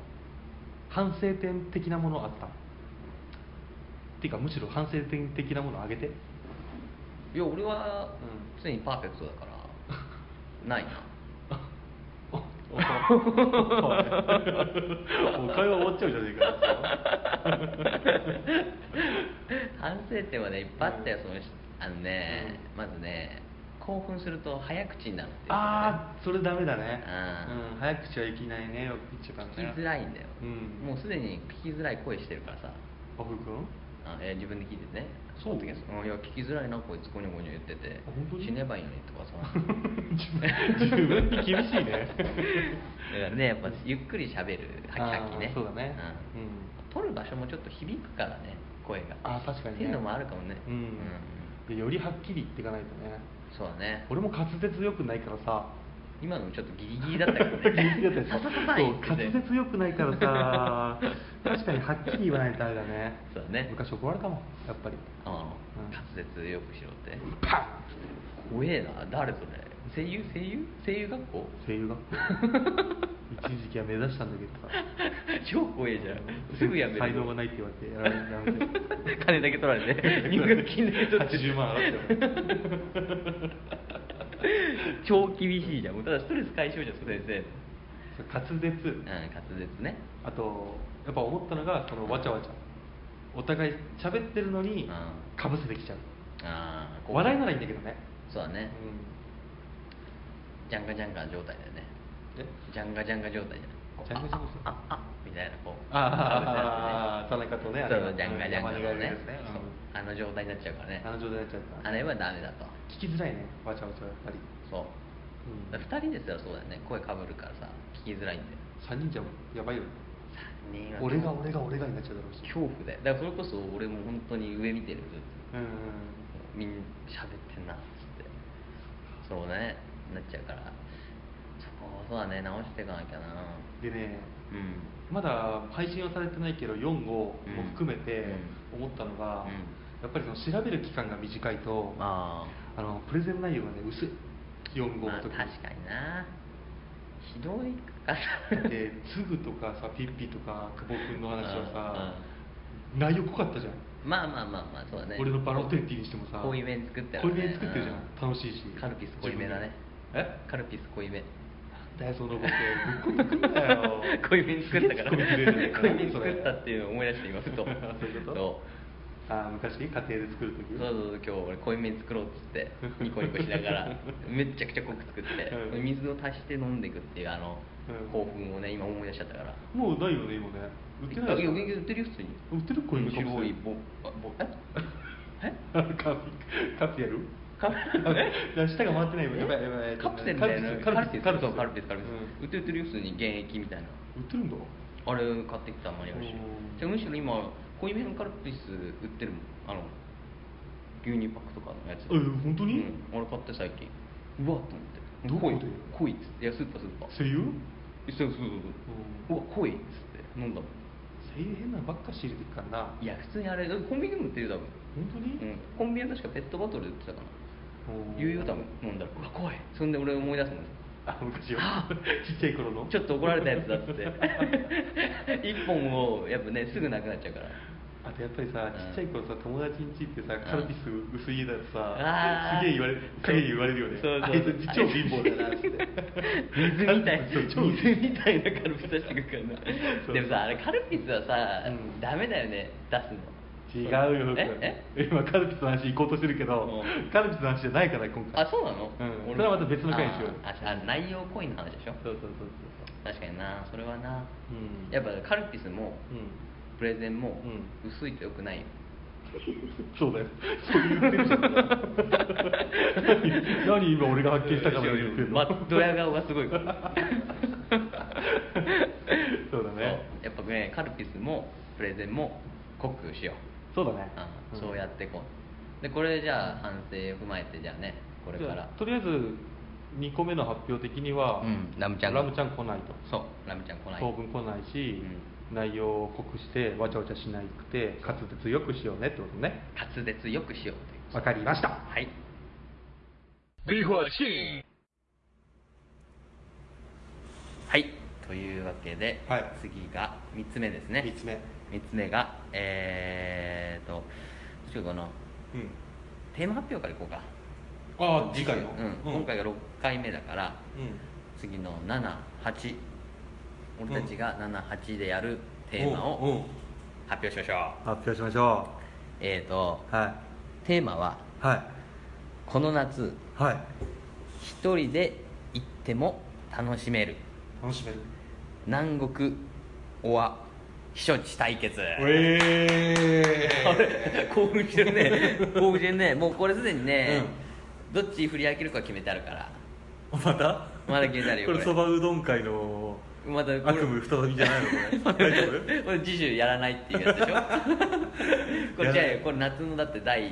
Speaker 4: 反省点的なものあったっていうかむしろ反省点的なものあ げて
Speaker 1: いや俺は
Speaker 4: う
Speaker 1: 常にパーフェクトだから ないな
Speaker 4: おおおいもう会話終わっちゃうじゃねえか
Speaker 1: 反省点はねいっぱいあったよその人あのね、まずね興奮すると早口になるっていう
Speaker 4: ああそれダメだね
Speaker 1: あー
Speaker 4: うん早口はいけないね一番
Speaker 1: 聞きづ
Speaker 4: い
Speaker 1: らいんだよ、
Speaker 4: うん
Speaker 1: もうすでに聞きづらい声してるからさ
Speaker 4: あふうくん
Speaker 1: あえー自分で聞いててね
Speaker 4: そう
Speaker 1: の時はうんいや聞きづらいなこいつゴニョゴニョ言ってて
Speaker 4: あ本当に
Speaker 1: 死ねばいいのにとかさ
Speaker 4: 自分に厳しいね
Speaker 1: だからねやっぱゆっくり喋るはきはき
Speaker 4: あ
Speaker 1: ね
Speaker 4: ーそうだね
Speaker 1: うん
Speaker 4: うん
Speaker 1: 取る場所もちょっと響くからね声が
Speaker 4: あー確かにね
Speaker 1: っていうのもあるかもね
Speaker 4: うんでよりはっきり言っていかないとね
Speaker 1: そうだね
Speaker 4: 俺も滑舌よくないからさ
Speaker 1: 今のもちょっとギリギリだったけ ど
Speaker 4: ギリ
Speaker 1: ね
Speaker 4: ギリだったでしょ
Speaker 1: ささささ
Speaker 4: そう
Speaker 1: 言って
Speaker 4: 滑
Speaker 1: て
Speaker 4: 舌よくないからさ確かにはっきり言わないとあれだね
Speaker 1: そうだね
Speaker 4: 昔怒られたもんやっぱり
Speaker 1: うん
Speaker 4: うん
Speaker 1: 滑舌よくしろって
Speaker 4: パ
Speaker 1: 怖えな誰それ声優声優声優学校
Speaker 4: ッ 声優学校一時期は目指したんだけどさ
Speaker 1: 超怖えじゃんすぐやめる
Speaker 4: 才能がないって言われてやられやめて
Speaker 1: 金だけ取ら れて入学金だけ取って
Speaker 4: 80万払ったよ
Speaker 1: 超厳しいじゃんもうただストレス解消じゃんそれ先
Speaker 4: そう滑舌
Speaker 1: 生うん滑舌ね
Speaker 4: あとやっぱ思ったのがそのわちゃわちゃお互い喋ってるのに
Speaker 1: うん
Speaker 4: かぶせてきちゃう
Speaker 1: ああ
Speaker 4: 笑いならいいんだけどね
Speaker 1: そうだ
Speaker 4: うん
Speaker 1: ねジャンガジャンガ状態だよね
Speaker 4: え
Speaker 1: ジャンガジャンガ状態じゃんこう
Speaker 4: ジャンガジャンガ状態
Speaker 1: ああああみたいなこう
Speaker 4: あー
Speaker 1: かぶせ
Speaker 4: 田中とね
Speaker 1: や
Speaker 4: あ
Speaker 1: つね
Speaker 4: れ
Speaker 1: そうジャンガジャンガ
Speaker 4: 山
Speaker 1: の
Speaker 4: 根がや
Speaker 1: ね
Speaker 4: るやつね
Speaker 1: そうあの状態になっちゃうからね
Speaker 4: あの状態になっちゃうから
Speaker 1: あれはダメだと
Speaker 4: 聞きづらいねわちゃわちゃやっぱり
Speaker 1: そう
Speaker 4: うん
Speaker 1: 2人ですらそうだよね声かぶるからさ聞きづらいんだよ
Speaker 4: 3人じゃやばいよね
Speaker 1: 3人は
Speaker 4: 俺が俺が俺がになっちゃうだろうし
Speaker 1: 恐怖だよだからそれこそ俺も本当に上見てるずっ
Speaker 4: う
Speaker 1: と
Speaker 4: んうん
Speaker 1: みんな喋ってんなっつってそうねなっちゃうからそこそうだね直していかなきゃな
Speaker 4: でね
Speaker 1: うん
Speaker 4: まだ配信はされてないけど4号も含めて
Speaker 1: う
Speaker 4: 思ったのが、
Speaker 1: うん
Speaker 4: やっぱりその調べる期間が短いと、
Speaker 1: あ
Speaker 4: あのプレゼン内容がね薄い4号
Speaker 1: ま
Speaker 4: の
Speaker 1: あ
Speaker 4: 時
Speaker 1: 確
Speaker 4: に、
Speaker 1: かになひどい か
Speaker 4: だってつぐとかさピッピとか久保君の話はさ内容濃かったじゃん、
Speaker 1: まあまあまあまあそうだね
Speaker 4: 俺のバロテッティにしてもさ
Speaker 1: 濃いめに作ってあ
Speaker 4: 濃
Speaker 1: る
Speaker 4: い
Speaker 1: ね
Speaker 4: めに作ってるじゃん、
Speaker 1: うん
Speaker 4: 楽しいし
Speaker 1: カルピス濃いめだね
Speaker 4: 自分でえ
Speaker 1: カルピス濃いめ
Speaker 2: だよそのボケぶっこんでくんだよ
Speaker 1: 濃いめに作ったから
Speaker 2: すげえツッコミ
Speaker 1: 濃い
Speaker 2: 切れ
Speaker 1: め
Speaker 2: るよね
Speaker 1: に作ったっていうのを思い出して今ふと
Speaker 2: そういうこと
Speaker 1: そう
Speaker 2: あー昔家庭で作るとき
Speaker 1: そうそうそう今日俺濃いめに作ろうっつ ってニコニコしながらめっちゃくちゃ濃く作って、
Speaker 2: うん
Speaker 1: 水を足して飲んでいくっていうあの、
Speaker 2: うん
Speaker 1: 興奮をね今思い出しちゃったから
Speaker 2: もうないよね今ね売ってない
Speaker 1: い
Speaker 2: でし
Speaker 1: や
Speaker 2: ょ
Speaker 1: いや売ってるよ普通に
Speaker 2: 売ってるこういうの
Speaker 1: 白いぼあぼえ
Speaker 2: カピカピやる
Speaker 1: カプ
Speaker 2: あ舌が回ってないよやばいやばい
Speaker 1: カプセルだよね
Speaker 2: カルピ
Speaker 1: カ
Speaker 2: スカ
Speaker 1: ル
Speaker 2: ル
Speaker 1: ピス
Speaker 2: ピス
Speaker 1: カルピスカルピス
Speaker 2: う
Speaker 1: 売
Speaker 2: ん
Speaker 1: ってる売ってるよ普通に現役みたいな
Speaker 2: 売ってるんだ
Speaker 1: あれ買ってきたのもありましたし
Speaker 2: うん
Speaker 1: じゃあむしろ今濃いめのカルピス売ってるもんあの牛乳パックとかのやつ
Speaker 2: え本当に
Speaker 1: うん、俺買って最近うわっと
Speaker 2: ど
Speaker 1: 思
Speaker 2: こ
Speaker 1: って
Speaker 2: で
Speaker 1: 濃い濃いっつっていやスーパースーパー
Speaker 2: 声優
Speaker 1: えそうそうそうそううわ濃いっつって飲んだもん
Speaker 2: 声優変なのばっか仕入れてるからない
Speaker 1: や普通にあれコンビニでも売ってるよ多分
Speaker 2: 本当に
Speaker 1: うん、コンビニは確かペットボトルで売ってたかな
Speaker 2: うん
Speaker 1: 言うよ多分飲んだらうわ怖いそんで俺思い出すもん
Speaker 2: あ昔よ
Speaker 1: あ
Speaker 2: ちっちゃい頃の
Speaker 1: ちょっと怒られたやつだっつって 一本をやっぱねすぐなくなっちゃうから
Speaker 2: あとやっぱりさ
Speaker 1: うん
Speaker 2: ちっちゃい頃さ友達ん家行ってさ
Speaker 1: ん
Speaker 2: カルピス薄い家だと
Speaker 1: あー
Speaker 2: さすげえ言われすげえ言われるよね
Speaker 1: そうそう
Speaker 2: あいつ超貧乏だなっつって
Speaker 1: 水みたい
Speaker 2: そう超貧乏
Speaker 1: 水みたいなカルピス出してくるか
Speaker 2: そ
Speaker 1: らな
Speaker 2: う
Speaker 1: でもさあれカルピスはさ、
Speaker 2: うん
Speaker 1: ダメだよね出すの
Speaker 2: 違うよ、
Speaker 1: え
Speaker 2: 福君今カルピスの話行こうとしてるけど
Speaker 1: う、
Speaker 2: カルピスの話じゃないから今回。
Speaker 1: あそうなの、
Speaker 2: うん
Speaker 1: 俺
Speaker 2: それはまた別の回にしようよ
Speaker 1: あーああ内容濃いの話でしょ
Speaker 2: そうそうそうそう
Speaker 1: 確かになそれはな、
Speaker 2: うん
Speaker 1: やっぱカルピスも
Speaker 2: そう。
Speaker 1: プレゼンも
Speaker 2: う
Speaker 1: 薄いとよくないよ、
Speaker 2: うん。そう だよ。そう言ってるじゃん。何何今俺が発見したかのように言ってるの。
Speaker 1: まドヤ顔がすご いから
Speaker 2: そうだね。
Speaker 1: そうやっぱねカルピスもプレゼンも濃くしよ
Speaker 2: そうだね
Speaker 1: う、うんそうやっていこうでこれじゃあ反省を踏まえてじゃあねこれか
Speaker 2: じゃ
Speaker 1: ら
Speaker 2: あとりあえず二個目の発表的には、
Speaker 1: うんラムちゃんが
Speaker 2: ラムちゃん来ないと。
Speaker 1: そうラムちゃん来ない
Speaker 2: 当分来ないし、内容を濃くしてわちゃわちゃしないくて滑舌よくしようねってことね
Speaker 1: 滑舌よくしようという
Speaker 2: わかりました
Speaker 1: はいはいというわけで、
Speaker 2: はい
Speaker 1: 次が3つ目ですね
Speaker 2: 3つ目うん
Speaker 1: 三つ目がえー、とどうしようかなテーマ発表からいこうか
Speaker 2: ああ次回の
Speaker 1: うん、今回が6回目だから
Speaker 2: う
Speaker 1: 次の78俺たちが78でやるテーマ
Speaker 2: うん
Speaker 1: を
Speaker 2: うん
Speaker 1: 発表しましょう、
Speaker 2: 発表しましょ
Speaker 1: えーと
Speaker 2: うは
Speaker 1: テーマはい
Speaker 2: はい
Speaker 1: この夏
Speaker 2: はい
Speaker 1: 一人で行っても楽しめる
Speaker 2: 楽しめる
Speaker 1: 南国おわ避暑地対決
Speaker 2: え
Speaker 1: あれ興奮してる ね興奮してるねもうこれすでにね、どっち振り上げるか決めてあるから
Speaker 4: また
Speaker 1: まだ決めてあるよ
Speaker 4: これそばうどん会の
Speaker 1: まだこれ
Speaker 4: 悪夢再びじゃないのこれ大丈夫
Speaker 1: これ次週やらないっていうやつ でしょこれ
Speaker 4: やら
Speaker 1: じゃ
Speaker 4: ない
Speaker 1: これ夏のだって第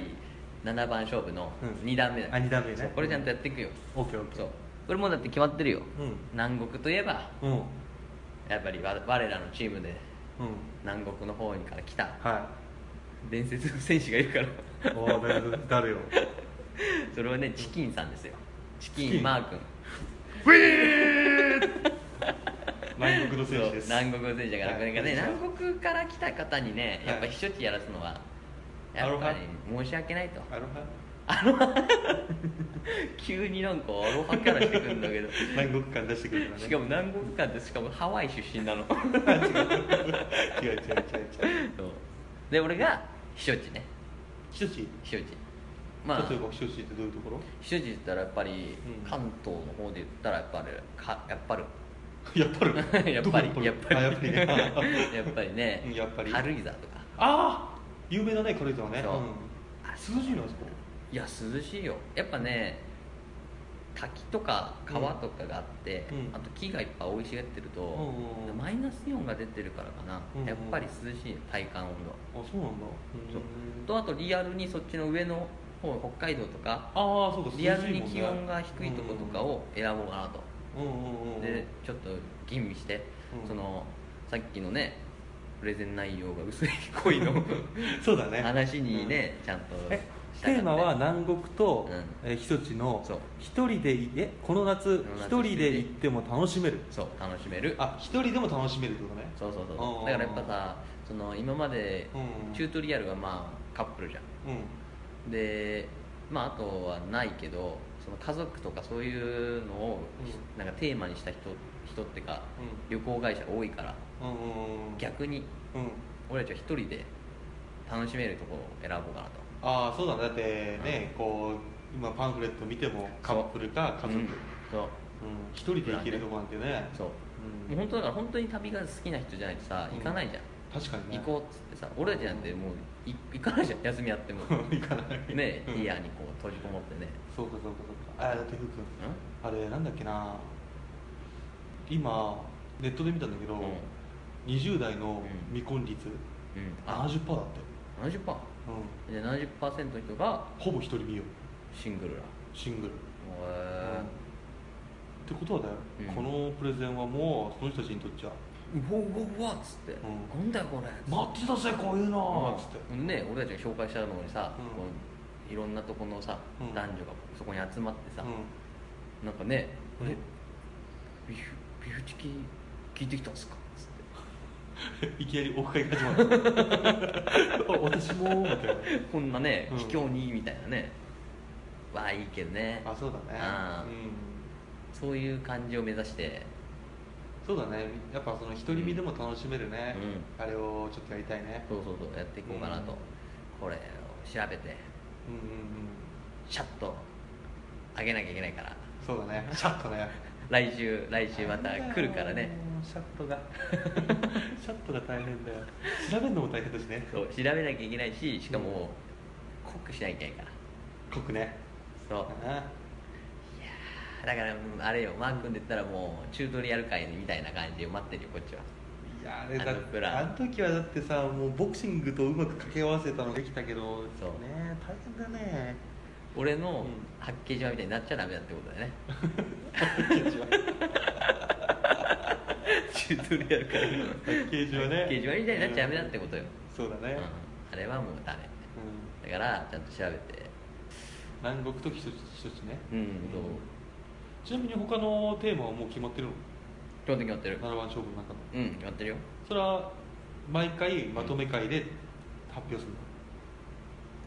Speaker 1: 7番勝負の
Speaker 2: うん
Speaker 1: 2段目だ、
Speaker 2: あ二段目ね
Speaker 1: そうこれちゃんとやっていくよ、
Speaker 2: オッケーオッケ
Speaker 1: そ
Speaker 2: ー
Speaker 1: うこれもうだって決まってるよ、
Speaker 2: うん
Speaker 1: 南国といえば
Speaker 2: うんうん
Speaker 1: やっぱりわ我らのチームで南国の方にから来た
Speaker 2: は
Speaker 1: 伝説の戦士がいるから
Speaker 2: いおー誰よ
Speaker 1: それはねチキンさんですよチキン
Speaker 2: チキン
Speaker 1: マー君
Speaker 2: 南国の選手です
Speaker 1: そう南国の選手だから、
Speaker 2: はい
Speaker 1: これがね
Speaker 2: こんにちは
Speaker 1: 南国から来た方にねやっぱ
Speaker 2: はい
Speaker 1: 避暑地やらすのは
Speaker 2: ア
Speaker 1: やっ
Speaker 2: ロ
Speaker 1: ぱ
Speaker 2: ハ
Speaker 1: り申し訳ないと
Speaker 2: アロハ
Speaker 1: 急になんかアロハキャラしてくるんだ けど
Speaker 2: 南国感出してくるからね
Speaker 1: しかも南国館ってしかもハワイ出身なの
Speaker 2: 違う違う違う違う
Speaker 1: そうで俺が避暑地ね
Speaker 2: 避暑地
Speaker 1: 避暑地まあ
Speaker 2: 例えば避暑地ってどういうところ
Speaker 1: 避暑地って言ったらやっぱり
Speaker 2: うん
Speaker 1: 関東の方で言ったらやっぱりかやっぱり
Speaker 2: やっぱり
Speaker 1: やっぱ
Speaker 2: どこ
Speaker 1: り
Speaker 2: の
Speaker 1: やっぱり
Speaker 2: あやっぱりね
Speaker 1: やっぱりね
Speaker 2: うんやっぱり
Speaker 1: 軽井沢とか
Speaker 2: ああ有名だね軽井沢ね
Speaker 1: そう
Speaker 2: うん涼しいのあそこ
Speaker 1: いや涼しいよやっぱね滝とか川とかがあって、
Speaker 2: うん
Speaker 1: あと木がいっぱい生い茂ってると、
Speaker 2: うんうんうん
Speaker 1: マイナスイオンが出てるからかな、
Speaker 2: うんうん
Speaker 1: やっぱり涼しいよ体感温
Speaker 2: あそうなんだ
Speaker 1: 度、
Speaker 2: うん
Speaker 1: とあとリアルにそっちの上の方北海道とか
Speaker 2: ああそうか涼しい
Speaker 1: リア
Speaker 2: もんね
Speaker 1: ルに気温が低いとことかを選ぼうかなと、
Speaker 2: うんうんうん
Speaker 1: でちょっと吟味して、
Speaker 2: うん
Speaker 1: そのさっきのねプレゼン内容が薄い恋の
Speaker 2: そう だね
Speaker 1: 話にね、ちゃんと
Speaker 2: え
Speaker 1: した
Speaker 2: テ
Speaker 1: かったね
Speaker 2: ーマは南国と
Speaker 1: うん
Speaker 2: えー避暑地の
Speaker 1: そう
Speaker 2: 一人でいえこの夏
Speaker 1: この夏
Speaker 2: 一人で行っても楽しめる
Speaker 1: そう楽しめる
Speaker 2: あ一人でも楽しめるってことね
Speaker 1: そうそうそう
Speaker 2: うんうんうん
Speaker 1: だからやっぱさその今まで
Speaker 2: うんうん
Speaker 1: チュートリアルはまあカップルじゃん
Speaker 2: うん
Speaker 1: でまああとはないけどその家族とかそういうのを、なんかテーマにした人人ってか旅行会社多いから
Speaker 2: うんうん
Speaker 1: 逆に
Speaker 2: うん
Speaker 1: 俺たちは一人で楽しめるところを選ぼうかなと
Speaker 2: ああそうだねだってねこう今パンフレット見てもカップルか家族、
Speaker 1: うんそう
Speaker 2: うん一人で行けるとこなんてね、
Speaker 1: そうもう
Speaker 2: う
Speaker 1: ん本当だから本当に旅が好きな人じゃないとさ行かないじゃん、
Speaker 2: 確かにね
Speaker 1: 行こうっつってさ俺たちなんてもうい行かないじゃん休みや っても
Speaker 2: 行かない
Speaker 1: ね
Speaker 2: うん
Speaker 1: イヤーにこう閉じこもってね
Speaker 2: そうかそうかそうかあだってふうくんあれなんだっけな今ネットで見たんだけど、
Speaker 1: うん
Speaker 2: 20代の
Speaker 1: うん
Speaker 2: 未婚率、
Speaker 1: うん、うん、
Speaker 2: 70%だって、うん、
Speaker 1: 70%じゃあ70%の人が
Speaker 2: ほぼ一人身よ
Speaker 1: シングルだ
Speaker 2: シングル、
Speaker 1: へ
Speaker 2: ってことはだよ、
Speaker 1: うん
Speaker 2: このプレゼンはもうその人たちにとっちゃ
Speaker 1: えうわうわうわっつって「なん
Speaker 2: ん
Speaker 1: だよこれ」
Speaker 2: 待ってたぜこういうの
Speaker 1: っ
Speaker 2: っつって、
Speaker 1: ね俺たちが紹介したのにさ、
Speaker 2: うん
Speaker 1: こういろんなとこのさ、
Speaker 2: うん
Speaker 1: 男女がそこに集まってさ、
Speaker 2: う
Speaker 1: なんかね「
Speaker 2: ん
Speaker 1: えビフビフチキ聞いてきたんすか?」っつって
Speaker 2: うん、 いきなりオフ会が始まるあ私もみたい
Speaker 1: こんなね
Speaker 2: うん
Speaker 1: 卑怯にみたいなね、わあいいけどね
Speaker 2: なあそうだね
Speaker 1: あー
Speaker 2: うん
Speaker 1: そういう感じを目指して
Speaker 2: そうだねやっぱその独り身でも楽しめるね、
Speaker 1: う
Speaker 2: あれをちょっとやりたいね
Speaker 1: そうそうそうやっていこうかなと、
Speaker 2: うん
Speaker 1: これを調べて
Speaker 2: うんうんうん
Speaker 1: シャッと上げなきゃいけないから
Speaker 2: そうだ ねシャッとね
Speaker 1: 来週来週また来るからね
Speaker 2: シャッ トがシャットが大変だよ調べるのも大変だしね
Speaker 1: そう調べなきゃいけないししかも濃くしなきゃいけないから
Speaker 2: 濃くね
Speaker 1: そう
Speaker 2: あ
Speaker 1: だからうんあれよマー君で言ったらもうチュートリアル会みたいな感じを待ってるよこっちは
Speaker 2: ーいやーあれだ
Speaker 1: あのプラン
Speaker 2: あの時はだってさもうボクシングとうまく掛け合わせたのができたけど
Speaker 1: そう
Speaker 2: ね大変 だね
Speaker 1: 俺の
Speaker 2: うん
Speaker 1: 八景島みたいになっちゃダメだってことだよねチュートリアル会の
Speaker 2: 刑事はね
Speaker 1: 八景島みたいになっちゃダメだってことよ、
Speaker 2: そうだね、
Speaker 1: うんあれはもうダメ
Speaker 2: うん
Speaker 1: だからちゃんと調べて
Speaker 2: 南国と避暑地ね、
Speaker 1: うんそう
Speaker 2: ちなみに他のテーマはもう決まってるの
Speaker 1: 基本的にやってる
Speaker 2: 7番勝負の中の
Speaker 1: うん決まってるよ
Speaker 2: それは毎回まとめ会で発表するの、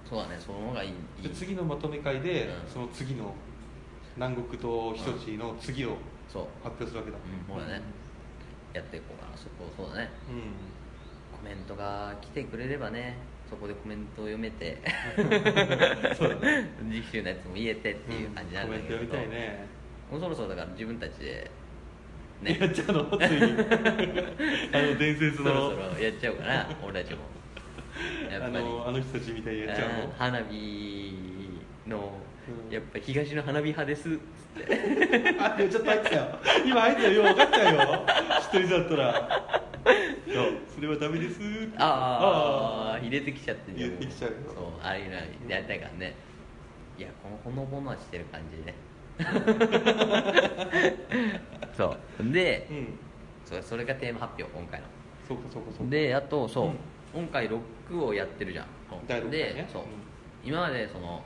Speaker 1: そうだねその方がいいい
Speaker 2: じゃ
Speaker 1: い
Speaker 2: あ次のまとめ会で、
Speaker 1: うん
Speaker 2: その次の南国と避暑地の次を
Speaker 1: そう
Speaker 2: 発表するわけだ
Speaker 1: うんそうだねやっていこうかなそこそうだね
Speaker 2: う
Speaker 1: コメントが来てくれればねそこでコメントを読めて
Speaker 2: ん、そうだね
Speaker 1: 次週のやつも言えてっていう感じなんだけど、
Speaker 2: コメントやりたいね
Speaker 1: もうそろそろだから自分たちで
Speaker 2: やっちゃうのついにあの伝説
Speaker 1: そ
Speaker 2: の
Speaker 1: ろそろやっちゃおうかな俺たちも やっぱ
Speaker 2: あ
Speaker 1: り
Speaker 2: のあの人たちみたいにやっちゃう
Speaker 1: あー花火の、
Speaker 2: うん
Speaker 1: やっぱ東の花火派ですっつって
Speaker 2: のあっちょっと入ってたよ今入ってたよ分かっちゃうよ一人だったらそれはダメですーって
Speaker 1: ああ
Speaker 2: あー
Speaker 1: 入れてきちゃってんじゃん
Speaker 2: 入れてきちゃうよ
Speaker 1: そうああいうのやりたいからね、いやこのほのぼのしてる感じ ねそうで、
Speaker 2: うん
Speaker 1: そうそれがテーマ発表今回の
Speaker 2: そうかそうかそうか
Speaker 1: であとそう、
Speaker 2: うん
Speaker 1: 今回ロックをやってるじゃん
Speaker 2: 第六回ね
Speaker 1: でそう、
Speaker 2: うん
Speaker 1: 今までその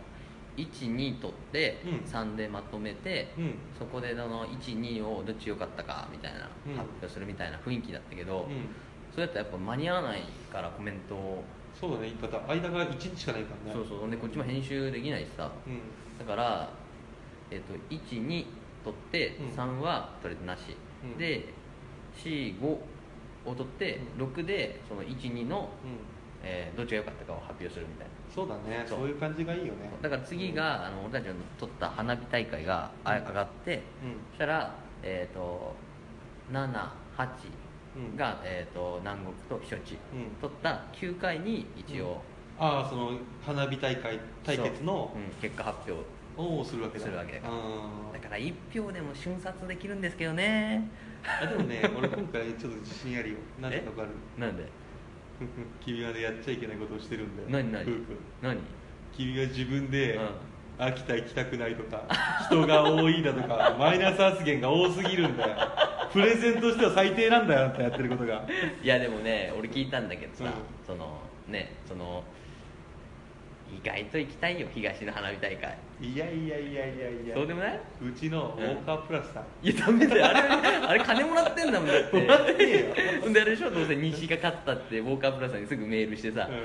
Speaker 1: 12取って、
Speaker 2: うん
Speaker 1: 3でまとめて、
Speaker 2: うん
Speaker 1: そこでその12をどっち良かったかみたいな、
Speaker 2: うん
Speaker 1: 発表するみたいな雰囲気だったけど、
Speaker 2: うん
Speaker 1: それだとやっぱ間に合わないからコメントを、
Speaker 2: そうだねだって間が1日しかないからね
Speaker 1: そうそうでこっちも編集できないしさ
Speaker 2: うん
Speaker 1: だから、えっと12取って
Speaker 2: うん
Speaker 1: 3は取れてなし、
Speaker 2: うん
Speaker 1: で45を取って6でその12の、
Speaker 2: うん
Speaker 1: えーどっちが良かったかを発表するみたいな
Speaker 2: そうだね
Speaker 1: そ
Speaker 2: そうういう感じがいいよね
Speaker 1: だから次が、あの俺たちの取った花火大会があ上がって、
Speaker 2: うん
Speaker 1: そしたらえっ、と78が、えー、と南国と避暑地、
Speaker 2: うん
Speaker 1: 取った9回に一応、
Speaker 2: ああその花火大会対決の
Speaker 1: そううん結果発表
Speaker 2: をするわけだ
Speaker 1: するわけだから
Speaker 2: うん
Speaker 1: だから1票でも瞬殺できるんですけどね
Speaker 2: あでも ね俺今回ちょっと自信あるよなんで かわかる
Speaker 1: なんで
Speaker 2: 君はねやっちゃいけないことをしてるんだよ
Speaker 1: 何何
Speaker 2: ふうくん
Speaker 1: 何
Speaker 2: 君は自分で、
Speaker 1: うん
Speaker 2: 秋田行きたくないとか人が多いだと かマイナス発言が多すぎるんだよプレゼンとしては最低なんだよあんたやってることが
Speaker 1: いやでもね俺聞いたんだけどさ、
Speaker 2: うん
Speaker 1: そのねその意外と行きたいよ東の花火大会
Speaker 2: いやいやいやいやいや
Speaker 1: そうでもないう
Speaker 2: ちのウォーカープラスさん、
Speaker 1: いやダメだよあれあれ金もらってんだもんだって
Speaker 2: もらってねえ
Speaker 1: ほんであれでしょどうせ西が勝ったってウォーカープラスさんにすぐメールしてさ、
Speaker 2: うん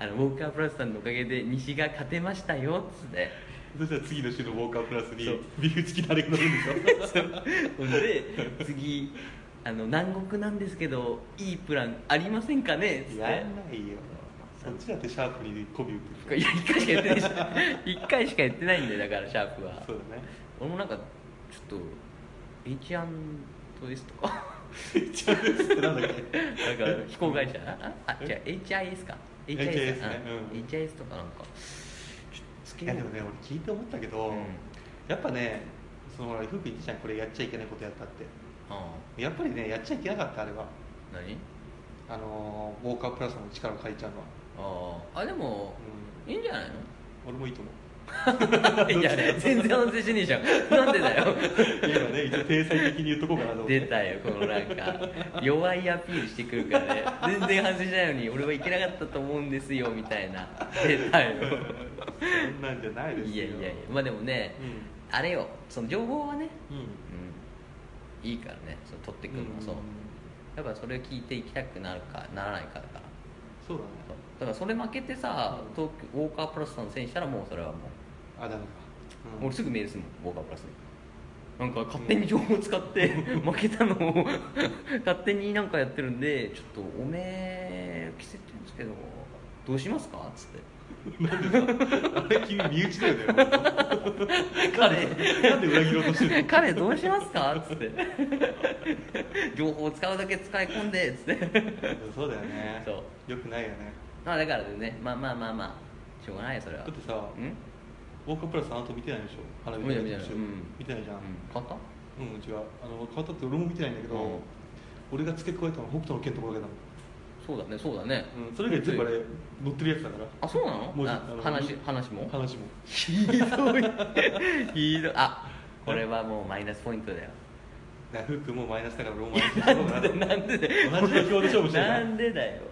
Speaker 1: あのウォーカープラスさんのおかげで西が勝てましたよっつって
Speaker 2: そしたら次の週のウォーカープラス
Speaker 1: そ
Speaker 2: に
Speaker 1: う
Speaker 2: ビーフチキン誰か乗るんでしょ
Speaker 1: ほんで次あの南国なんですけどいいプランありませんかねっつって
Speaker 2: やんないよそっちだってシャープに媚び打って
Speaker 1: いや1回しかやってないし1回しかやってないんだよだからシャープは
Speaker 2: そうだね
Speaker 1: 俺もなんかちょっと H& ですとか
Speaker 2: ちゃうですってなん だっけ
Speaker 1: なんか飛行会社ああ違う HIS か
Speaker 2: HIS
Speaker 1: か
Speaker 2: ねうん
Speaker 1: HIS とかなんかつけ
Speaker 2: い
Speaker 1: よ
Speaker 2: や
Speaker 1: う
Speaker 2: でもね俺聞いて思ったけど、
Speaker 1: うん
Speaker 2: やっぱねそのほらふうくん言ってたじゃんこれやっちゃいけないことやったって
Speaker 1: あ
Speaker 2: やっぱりねやっちゃいけなかったあれは
Speaker 1: あ何
Speaker 2: あのーウォーカープラスの力を借りちゃうのは、
Speaker 1: あああでもいいんじゃない
Speaker 2: うん、俺もいいと思う
Speaker 1: のいや全然反省しねえじゃんなんでだよ
Speaker 2: 今ね一応体裁的に言っとこうかなと思っ て
Speaker 1: 出たよこのなんか弱いアピールしてくるからね全然反省しないのに俺はいけなかったと思うんですよみたいな出たよ
Speaker 2: そんなんじゃないですよ
Speaker 1: いやいやいやまあでもね、あれよその情報はね、
Speaker 2: うんうん
Speaker 1: うん、いいからねその取ってくるのもそう、やっぱそれを聞いていきたくなるかならないかだから
Speaker 2: そ
Speaker 1: そう
Speaker 2: うだね
Speaker 1: だからそれ負けてさ東京ウォーカープラスさんのせいにしたらもうそれはも
Speaker 2: あダメか、
Speaker 1: う、俺すぐメールするもんウォーカープラスになんか勝手に情報を使って 負けたのを勝手になんかやってるんでちょっとおめえ着せてるんですけどどうしますかっつって
Speaker 2: あれ君身内だよね もう
Speaker 1: 彼
Speaker 2: なんで裏切ろうとしてる の
Speaker 1: 彼どうしますかっつって情報を使うだけ使い込んでっつって
Speaker 2: そうだよね
Speaker 1: そ
Speaker 2: よくないよね
Speaker 1: まあだからねまあまあまあまあしょうがないよそれ
Speaker 2: だ
Speaker 1: は
Speaker 2: ってさ
Speaker 1: うん
Speaker 2: ウォーカープラスあなた見てないでしょ花火
Speaker 1: 見てない
Speaker 2: でしょ見
Speaker 1: 見
Speaker 2: てないじゃん
Speaker 1: 買った
Speaker 2: うん、違うあの変わったって俺も見てないんだけど、
Speaker 1: うん
Speaker 2: 俺が付け加えたのは北斗の剣とかだけだも
Speaker 1: そうだねそうだね、
Speaker 2: ん、うん、それ以外全部あれ載ってるやつだから
Speaker 1: あそうなの
Speaker 2: 文字
Speaker 1: あ
Speaker 2: あの
Speaker 1: 話話も
Speaker 2: 話も
Speaker 1: ひどいひどいあこれはもうマイナスポイントだよ
Speaker 2: だからフックもマイナスだから俺もマイナスだろうなと思って
Speaker 1: なんでだよ
Speaker 2: 同じ土俵で勝負してるか
Speaker 1: な
Speaker 2: ら
Speaker 1: んでだよ、
Speaker 2: うん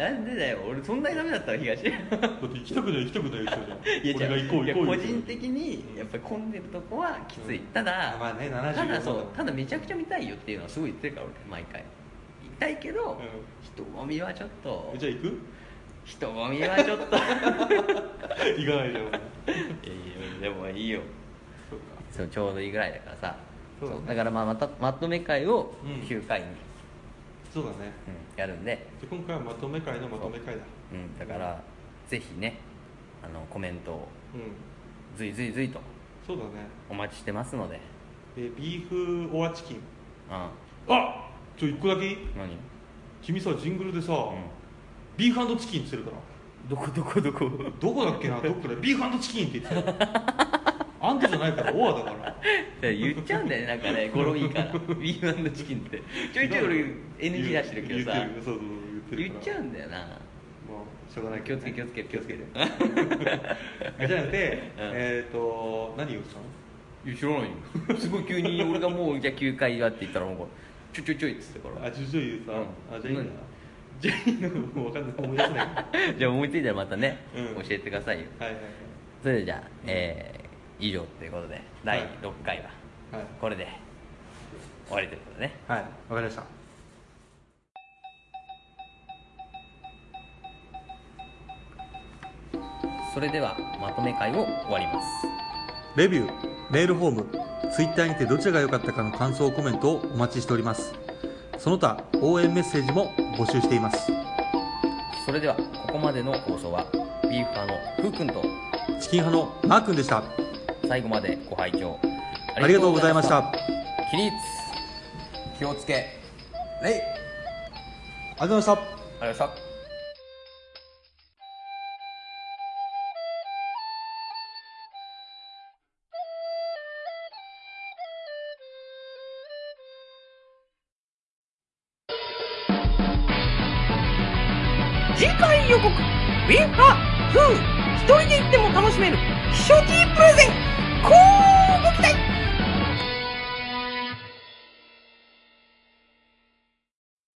Speaker 1: なんでだよ俺そんなにダメだったの東いや
Speaker 2: だって行きたくない行きたくない人
Speaker 1: 違う
Speaker 2: じゃん俺が行こう
Speaker 1: いや
Speaker 2: 行こ
Speaker 1: 個
Speaker 2: う言う
Speaker 1: 人
Speaker 2: て
Speaker 1: 的にやっぱり混んでるとこはきつい、
Speaker 2: うん
Speaker 1: ただ
Speaker 2: あまあね
Speaker 1: ただ
Speaker 2: 74
Speaker 1: そう
Speaker 2: だもん
Speaker 1: ただめちゃくちゃ見たいよっていうのはすごい言ってるから俺毎回見たいけど、人混みはちょっと
Speaker 2: えじゃあ行く
Speaker 1: 人混みはちょっとい
Speaker 2: 行かないじゃん
Speaker 1: やいやでもいいよ
Speaker 2: そうか
Speaker 1: そうちょうどいいぐらいだからさ
Speaker 2: そうだね
Speaker 1: そうだからまあまたまとめ会を
Speaker 2: うん
Speaker 1: 9回に、うん
Speaker 2: そうだね
Speaker 1: やるんで、
Speaker 2: で今回はまとめ会のまとめ会だ
Speaker 1: うん、だからぜひねあのコメントを
Speaker 2: うん
Speaker 1: ずいずいずいと
Speaker 2: そうだね
Speaker 1: お待ちしてますので
Speaker 2: でビーフオアチキン
Speaker 1: う
Speaker 2: あちょ一個だけいい
Speaker 1: ん何
Speaker 2: 君さジングルでさ、
Speaker 1: うん
Speaker 2: ビーフチキンって言ってるか
Speaker 1: どこどこどこ
Speaker 2: らどこだっけ などっかでビーフチキンって言ってたよあんたじゃないからオアだ から
Speaker 1: 言っちゃうんだ よねなんかね語呂いいからビーフチキンってちょいちょい俺 NG 出してるけどさ
Speaker 2: 言ってるそうそうそう言ってる
Speaker 1: 言っちゃうんだよな
Speaker 2: もうしょうがないけどね
Speaker 1: 気をつけ気をつけ気をつ
Speaker 2: あじゃなくて、
Speaker 1: ん
Speaker 2: えっ、と何言ってたの
Speaker 1: いや知らないよすごい急に俺がもうじゃあ9回はって言ったらもうちょいちょいちょいっつってから
Speaker 2: あ、ジュジュ言うさ、
Speaker 1: うん
Speaker 2: あ、じゃあいいな
Speaker 1: 何。
Speaker 2: じゃあいいの、 もう分かんない、思い出せない。は
Speaker 1: じゃあ思いついたらまたね、
Speaker 2: うん
Speaker 1: 教えてくださいよ
Speaker 2: いはい
Speaker 1: それでじゃあ、えー以上ということで第6回は
Speaker 2: はい。
Speaker 1: これで終わりということでね
Speaker 2: はい、わかりました。
Speaker 1: それではまとめ会を終わります
Speaker 5: レビュー、メールフォーム、ツイッターにてどちらが良かったかの感想コメントをお待ちしております。その他、応援メッセージも募集しています。
Speaker 1: それではここまでの放送はビーフ派のふうくんと
Speaker 5: チキン派のマー君でした。
Speaker 1: 最後までご拝聴
Speaker 5: ありがとうございました。
Speaker 1: 起立気をつけ礼あ
Speaker 5: あ
Speaker 1: り
Speaker 5: りがとうございました。
Speaker 1: がとうございました
Speaker 6: 次回予告ウィンハーフー一人で行っても楽しめる避暑地プレゼン後